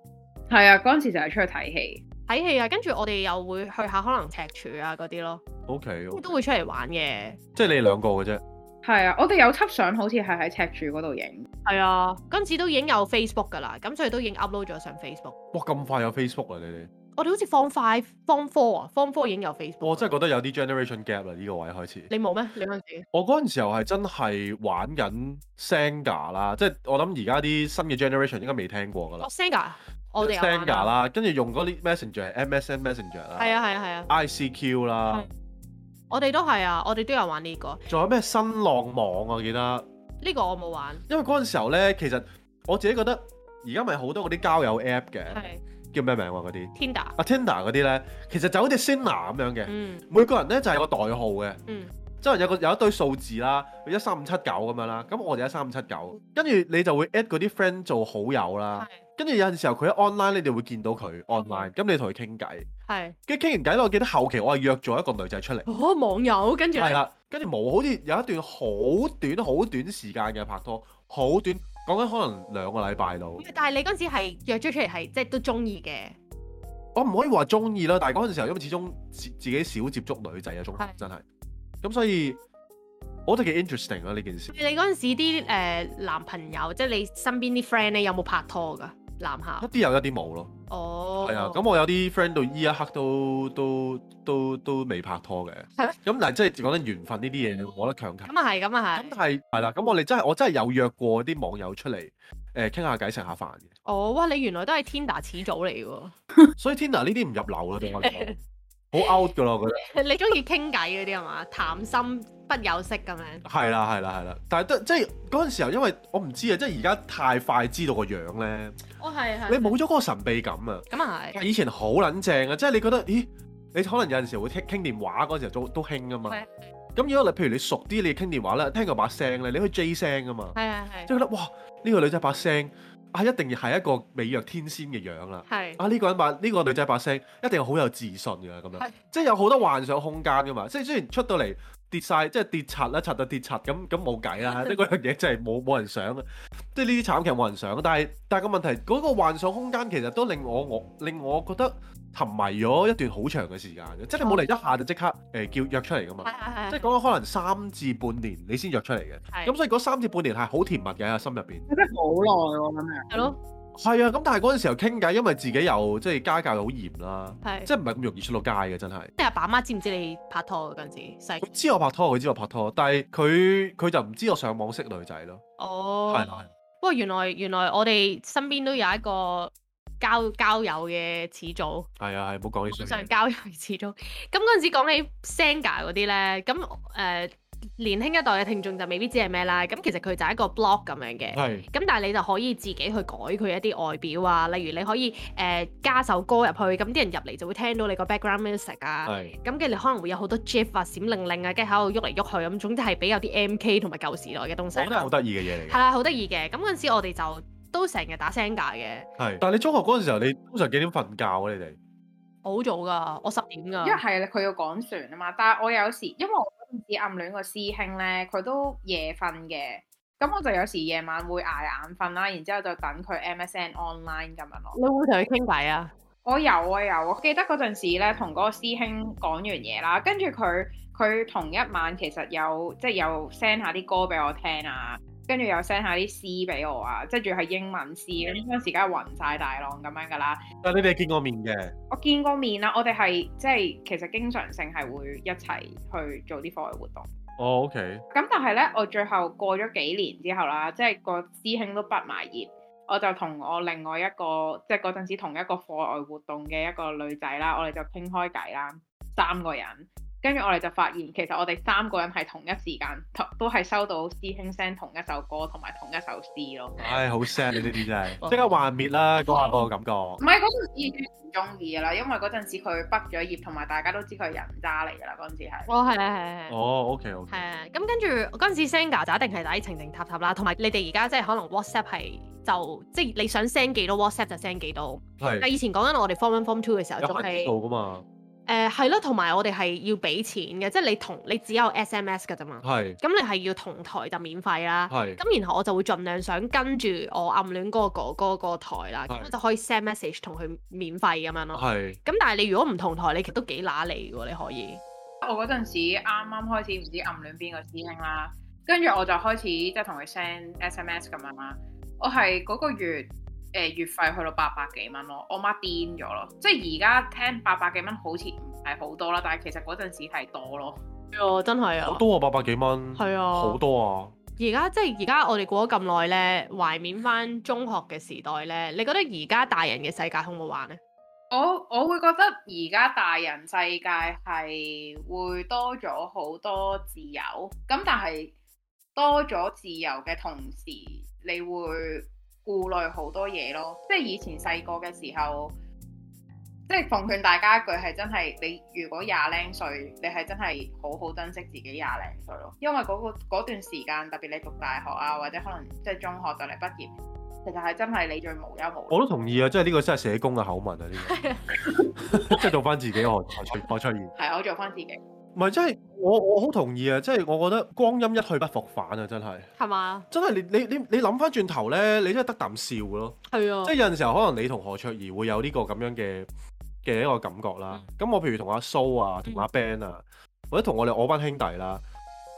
S4: 係啊，嗰陣時就係出去睇戲。
S3: 睇戲啊，跟住我哋又會去下可能赤柱啊嗰啲咯，
S1: ，OK，
S3: 都會出嚟玩嘅。
S1: 即係你哋兩個嘅啫。
S4: 係啊，我哋有輯相，好似係喺赤柱嗰度影。
S3: 係啊，嗰陣時都已經有 Facebook 㗎啦，咁所以都已經 upload 咗上 Facebook。
S1: 哇，咁快有 Facebook 啊！你哋，
S3: 我哋好似 Form Five、Form Four 啊，Form Four 已經有 Facebook。
S1: 我真係覺得有啲 generation gap 啦，呢個位開始。
S3: 你冇咩？你嗰陣時
S1: 我嗰陣時候係真係玩緊 Senga 啦，即係我諗而家啲新嘅 generation 應該未聽過㗎啦
S3: 哦。Senga，我哋有玩
S1: Senga
S3: 啊。
S1: 啦，跟住用嗰啲 Messenger、MSN Messenger 啦，
S3: 係啊嗯係啊係啊，
S1: ICQ 啦，
S3: 我哋都係啊，我哋都有玩呢個，
S1: 仲有咩新浪網啊我記得，
S3: 呢個我冇玩。
S1: 因為嗰陣時候咧，其實我自己覺得而家咪好多嗰啲交友 app 嘅，
S3: 係
S1: 叫咩名話嗰啲
S3: Tinder。
S1: 啊 Tinder 嗰啲咧，其實就好似 Sinner 咁樣嘅，
S3: 嗯
S1: 每個人咧就係有個代號嘅。
S3: 嗯，
S1: 即係有個有一堆數字啦，一三五七九咁樣啦，咁我哋一三五七九，跟住你就會 at 嗰啲 friend 做好友啦
S3: 係，
S1: 跟住有陣時候佢喺 online，你哋會見到佢 online，咁你同佢傾偈，
S3: 係。
S1: 跟住傾完偈咧，我記得後期我係約咗一個女仔出嚟，
S3: 哦，網友跟住
S1: 係啦，跟住冇好似有一段好短好短時間嘅拍拖，好短，講緊可能兩個禮拜到，
S3: 啊但係你嗰陣時係約咗出嚟係即係都中意嘅，
S1: 嗯我唔可以話中意啦，但係嗰陣時候因為始終自自己少接觸女仔啊，中學
S3: 係
S1: 真係，咁所以我覺得幾 interesting 啊呢件事。
S3: 你嗰陣時啲誒、呃男朋友即係你身邊啲 friend 咧有冇拍拖㗎？男
S1: 一
S3: 校
S1: 啲有一啲冇咯，
S3: 哦，
S1: 係啊，咁我有啲 friend 到依一刻都都都都未拍拖嘅，
S3: 係
S1: 咁但係即係講緊緣分呢啲嘢，我覺得強求。咁
S3: 咁啊係，咁啊
S1: 但
S3: 係，
S1: 係係啦，咁我哋真係我真係有約過啲網友出嚟，誒傾下偈食下飯嘅，
S3: 哦，哇！你原來都係 Tinder 始祖嚟㗎
S1: 所以 Tina 呢啲唔入流啦，對我嚟 講，好 out 噶咯，我覺
S3: 喎， 你中意傾偈嗰啲係嘛？談心不有色咁樣，
S1: 得係啦係啦係啦，但係都即係嗰陣時候，因為我唔知啊，即係而家太快知道個樣咧，
S3: 哦係
S1: 你冇咗嗰個神秘感啊。
S3: 咁啊係，
S1: 以前好撚正啊，即係你覺得，咦？你可能有陣時會傾傾電話嗰陣時都都興噶嘛。
S3: 係
S1: 咁如果你譬如你熟啲，你傾電話咧，聽佢把聲咧，你可以 J 聲噶嘛，
S3: 係係係
S1: 即係覺得哇，呢、個女仔把聲啊，一定係一個美若天仙嘅樣啦。
S3: 係
S1: 啊！呢、個人把呢、個女仔把聲一定好有自信㗎咁樣
S3: 係，
S1: 即係有好多幻想空間㗎嘛。即係雖然出到嚟跌晒，即係跌柒啦，柒到跌柒咁咁冇計 啦。即係嗰樣嘢真係冇冇人想啊！即係呢啲慘劇冇人想。啊但係但係個問題，嗰、個幻想空間其實都令我我令我覺得沉迷咗一段好長嘅時間嘅。即係你冇嚟一下就即刻誒、叫約出嚟㗎嘛。
S3: 哦係係
S1: 即係
S3: 係
S1: 講緊可能三至半年你先約出嚟嘅。
S3: 係
S1: 咁所以嗰三至半年係好甜蜜嘅喺我心入邊。
S4: 真係好耐喎咁樣。
S3: 係咯，
S1: 係啊，咁但係嗰陣時候傾偈，因為自己又即係家教又好嚴啦，
S3: 係
S1: 即係唔係咁容易出到街嘅，真係。
S3: 你阿爸媽知唔知你拍拖嗰陣時細個
S1: 佢？知我拍拖，佢知我拍拖，但係佢佢就唔知我上網識女仔咯。
S3: 哦，
S1: 係啦，
S3: 不過原來原來我哋身邊都有一個交交友嘅始祖，
S1: 係啊，係冇講呢
S3: 網
S1: 啲
S3: 上
S1: 嘢。
S3: 交友嘅始祖。咁嗰陣時講起 Senga 嗰啲咧，咁誒、呃年輕一代嘅聽眾就未必知係咩啦。咁其實佢就係一個 blog 咁樣嘅。
S1: 係
S3: 咁但係你就可以自己去改佢一啲外表啊，例如你可以誒、呃加首歌入去，咁啲人入嚟就會聽到你個 background music 啊。
S1: 係
S3: 咁跟住你可能會有好多 GIF 啊、閃靈靈啊，跟住喺度喐嚟喐去咁，總之係比較啲 MK 同埋舊時代嘅東西。
S1: 我覺得係好得意嘅嘢嚟
S3: 係
S1: 嘅。
S3: 啦，好得意嘅。咁嗰陣時我哋就都成日打 Senga 嘅，
S1: 係，但係你中學嗰陣時候，你通常幾點瞓覺啊？你哋
S3: 我好早噶，我十點噶
S4: 因為。係佢要趕船啊嘛，但係我有時因為我嗰陣時暗戀個師兄咧，佢都夜瞓嘅，咁我就有時夜晚會捱眼瞓啦，然之後就等佢 MSN online 咁樣咯。
S3: 你會同佢傾偈啊？
S4: 我有啊有啊，記得嗰陣時咧，同嗰個師兄講完嘢啦，跟住佢佢同一晚其實有即係有 send 下啲歌俾我聽啊，跟住又 send 下啲詩俾我啊，即係仲要係英文詩，咁嗰陣時梗係暈晒大浪咁樣噶啦。
S1: 但係你哋見過面嘅，
S4: 我見過面啦，我哋係即係其實經常性係會一齊去做啲課外活動。
S1: 哦，OK，
S4: 咁但係咧，我最後過咗幾年之後啦，即係個師兄都畢埋業，我就同我另外一個即係嗰陣時同一個課外活動嘅一個女仔啦，我哋就傾開偈啦，三個人。跟住我哋就發現，其實我哋三個人係同一時間，同都係收到師兄 send 同一首歌同埋同一首詩咯。
S1: 唉，好 sad 啊呢啲 真
S3: 哦
S1: 係，即刻幻滅啦！嗰下嗰個感覺
S4: 唔係嗰陣時已經唔中意噶啦，因為嗰陣時佢畢咗業，同埋大家都知佢係人渣嚟噶啦。嗰陣時係
S3: 哦，係係係。
S1: 哦，OK OK，
S3: 係啊，咁跟住嗰陣時 send 㗎咋，一定係打啲情情塔塔啦，同埋你哋而家即係可能 WhatsApp 係就即係你想 send 幾多 WhatsApp 就 send 幾多。但
S1: 係
S3: 以前講緊我哋 form one form two 嘅時候，
S1: 有
S3: 仲
S1: 分
S3: 係
S1: 數噶嘛，
S3: 誒係咯，同埋我哋係要俾錢嘅，即係你同你只有 SMS 㗎啫嘛。
S1: 係
S3: 咁你係要同台就免費啦。
S1: 係
S3: 咁然後我就會盡量想跟住我暗戀嗰個哥哥個台啦，咁
S1: 係啊
S3: 我就可以 send message 同佢免費咁樣咯。
S1: 係
S3: 咁但係你如果唔同台，你其實都幾揦脷喎，你可以。
S4: 我嗰陣時啱啱開始唔知暗戀邊個師兄啦，跟住我就開始即係同佢 send SMS 咁樣啦。我係嗰個月誒、呃月費去到八百幾蚊咯，我媽癲咗咯。即係而家聽八百幾蚊好似唔係好多啦，但係其實嗰陣時係多咯。
S3: 係啊，真係啊
S1: 好。多啊，八百幾蚊，
S3: 係啊
S1: 好多啊，
S3: 而家即係而家我哋過咗咁耐呢，懷緬翻中學嘅時代呢，你覺得而家大人嘅世界好唔好玩呢？
S4: 我我會覺得而家大人世界係會多咗好多自由，咁但係多咗自由嘅同時，你會顧慮好多嘢咯。即係以前細個嘅時候，即係奉勸大家一句係真係，你如果廿零歲，你係真係好好珍惜自己廿零歲咯，因為嗰、個嗰段時間，特別你讀大學啊，或者可能即係中學就嚟畢業，其實係真係你最無憂無慮。
S1: 我都同意啊，即係呢個真係社工嘅口吻啊，呢個即係做翻自己，我我出我出現。
S4: 係我做翻自己。
S1: 唔係，真係我我好同意啊！即係我覺得光陰一去不復返啊！真係，
S3: 係嘛？
S1: 真係你你你你諗翻轉頭咧，你真係得啖笑咯。
S3: 係啊
S1: 即係有陣時候可能你同何卓怡會有呢個咁樣嘅嘅一個感覺啦。咁我譬如同阿蘇啊，同阿 Ben 啊，或者同我哋我班兄弟啦，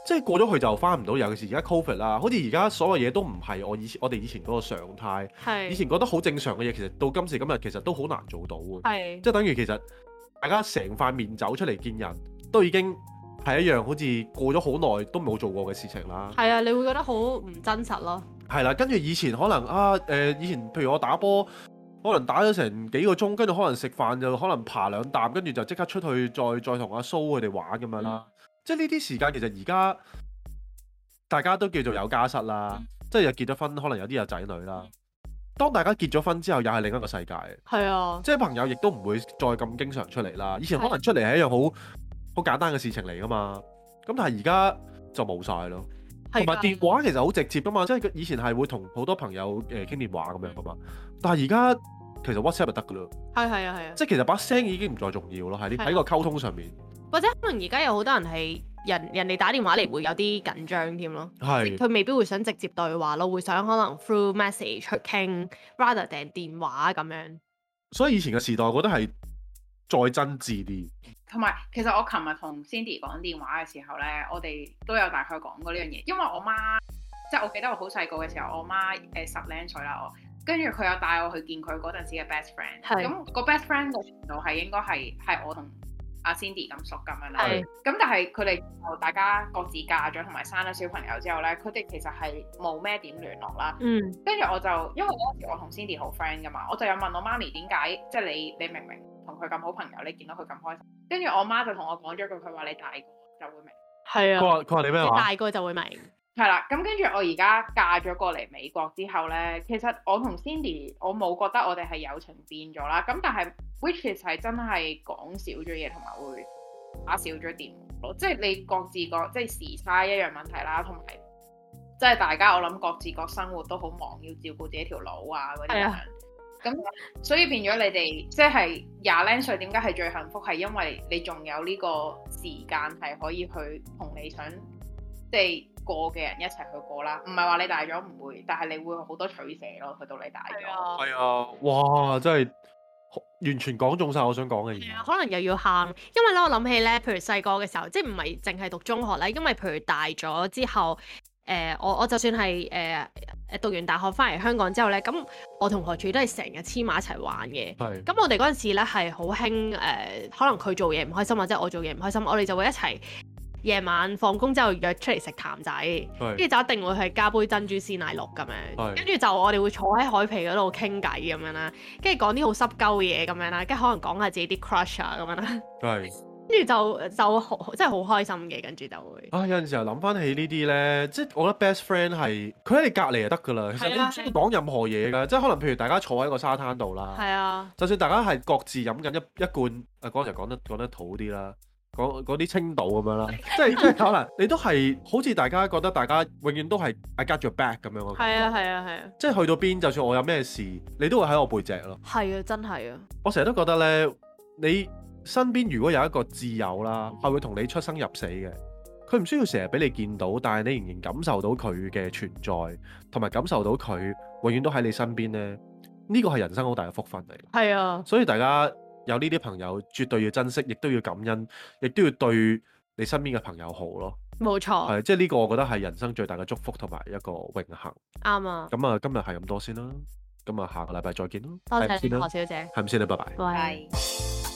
S1: 即係過咗去就翻唔到。尤其是而家 Covid 啦，好似而家所有嘢都唔係我以前我哋以前嗰個常態，以
S3: 係
S1: 前覺得好正常嘅嘢，其實到今時今日其實都好難做到嘅。
S3: 係
S1: 即係等於其實大家成塊面走出嚟見人都已經係一樣好似過咗好耐都冇做過嘅事情啦。
S3: 係啊，你會覺得好唔真實咯。
S1: 係啦，跟住以前可能啊誒、呃以前譬如我打波，可能打咗成幾個鐘，跟住可能食飯就可能爬兩啖，跟住就即刻出去再再同阿蘇佢哋玩咁樣啦。即係呢啲時間其實而家大家都叫做有家室啦，即係又結咗婚，可能有啲有仔女啦。當大家結咗婚之後，又係另一個世界
S3: 係啊，
S1: 即係朋友亦都唔會再咁經常出嚟啦。以前可能出嚟係一樣好好簡單嘅事情嚟噶嘛，咁但係而家就冇晒咯。同
S3: 係
S1: 埋
S3: 㗎
S1: 電話其實好直接噶嘛，即係佢以前係會同好多朋友誒傾電話咁樣噶嘛，但係而家其實 WhatsApp 就得噶啦，
S3: 係係啊係啊，
S1: 即係其實把聲已經唔再重要咯，喺呢
S3: 係啊
S1: 喺個溝通上面
S3: 或者可能而家有好多人係人人哋打電話嚟會有啲緊張添咯，
S1: 係
S3: 佢未必會想直接對話咯，會想可能 through message 去傾，rather than 電話咁樣。
S1: 所以以前嘅時代，我覺得係再真摯啲，
S4: 同埋，其實我琴日同 Cindy 講電話嘅時候咧，我哋都有大概講過呢樣嘢，因為我媽即係我記得我好細個嘅時候，我媽誒、呃十零歲啦，我跟住佢又帶我去見佢嗰陣時嘅 best friend，
S3: 係
S4: 咁個 best friend 個程度係應該係係我同阿 Cindy 咁熟咁樣啦，
S3: 係
S4: 咁但係佢哋就大家各自嫁咗同埋生咗小朋友之後咧，佢哋其實係冇咩點聯絡啦。
S3: 嗯，
S4: 跟住我就因為嗰陣時我同 Cindy 好 friend 噶嘛，我就有問我媽咪點解即係你你明明同佢咁好朋友，你見到佢咁開心，跟住我媽就同我講咗句，佢話你大個就會明。
S1: 佢
S3: 係啊，
S1: 話佢話你咩
S3: 你
S1: 話？
S3: 大個就會明。
S4: 係啦，咁跟住我而家嫁咗過嚟美國之後咧，其實我同 Cindy 我冇覺得我哋係友情變咗啦，咁但係 which is 係真係講少咗嘢，同埋會打少咗電話咯，即係你各自各即係時差一樣問題啦，同埋即係大家我諗各自各生活都好忙，要照顧自己條腦啊嗰啲
S3: 係
S4: 咁
S3: 啊
S4: 樣。咁所以變咗你哋即係廿零歲點解係最幸福，係因為你仲有呢個時間係可以去同你想即係過嘅人一齊去過啦。唔係話你大咗唔會，但係你會好多取捨咯。去到你大咗，
S3: 啊。
S1: 係啊，哇！真係完全講中晒我想講嘅嘢
S3: 係。啊，可能又要喊，因為咧我諗起咧，譬如細個嘅時候，即係唔係淨係讀中學咧，因為譬如大咗之後，誒、我我就算係誒誒讀完大學翻嚟香港之後咧，咁我同何柱都係成日黐埋一齊玩嘅。
S1: 係
S3: 咁我哋嗰陣時咧係好興誒，可能佢做嘢唔開心或者我做嘢唔開心，我哋就會一齊夜晚放工之後約出嚟食譚仔。
S1: 係
S3: 跟住就一定會係加杯珍珠鮮奶綠咁樣，
S1: 係
S3: 跟住就我哋會坐喺海皮嗰度傾偈咁樣啦，跟住講啲好濕鳩嘢咁樣啦，跟住可能講下自己啲 crush 啊咁樣啦，
S1: 係
S3: 跟住就就好真係好開心嘅，跟住就會
S1: 啊，有陣時候諗翻起呢啲咧，即係我覺得 best friend 係佢喺你隔離就得㗎啦。其實
S3: 係
S1: 你
S3: 啊
S1: 唔需要講任何嘢㗎，即係可能譬如大家坐喺個沙灘度啦，
S3: 係啊，
S1: 就算大家係各自飲緊一一罐，誒嗰陣時候講得講得土啲啦。講嗰啲青島咁樣啦，即係即係可能你都係好似大家覺得大家永遠都係 I got your back 咁樣嘅
S3: 係啊，係啊，係啊，
S1: 即係去到邊，就算我有咩事，你都會喺我背脊咯。
S2: 係啊，真係啊，
S1: 我成日都覺得呢，你身邊如果有一個摯友啦，係會同你出生入死嘅。佢唔需要成日俾你見到，但係你仍然感受到佢嘅存在，同埋感受到佢永遠都喺你身邊呢。呢個係人生好大嘅福分嚟。
S3: 係啊，
S1: 所以大家有呢啲朋友，絕對要珍惜，亦都要感恩，亦都要對你身邊嘅朋友好咯。
S3: 冇錯，
S1: 係，即係呢個我覺得係人生最大嘅祝福同埋一個榮幸。
S3: 啱啊，
S1: 咁啊，今日係咁多先啦。咁啊，下個禮拜再見啦。
S3: 多
S1: 係咁
S3: 謝你
S1: 先
S3: 何
S1: 啦，
S3: 小姐，
S1: 係咁先啦，拜拜。
S2: 啊
S3: 喂。
S4: 係。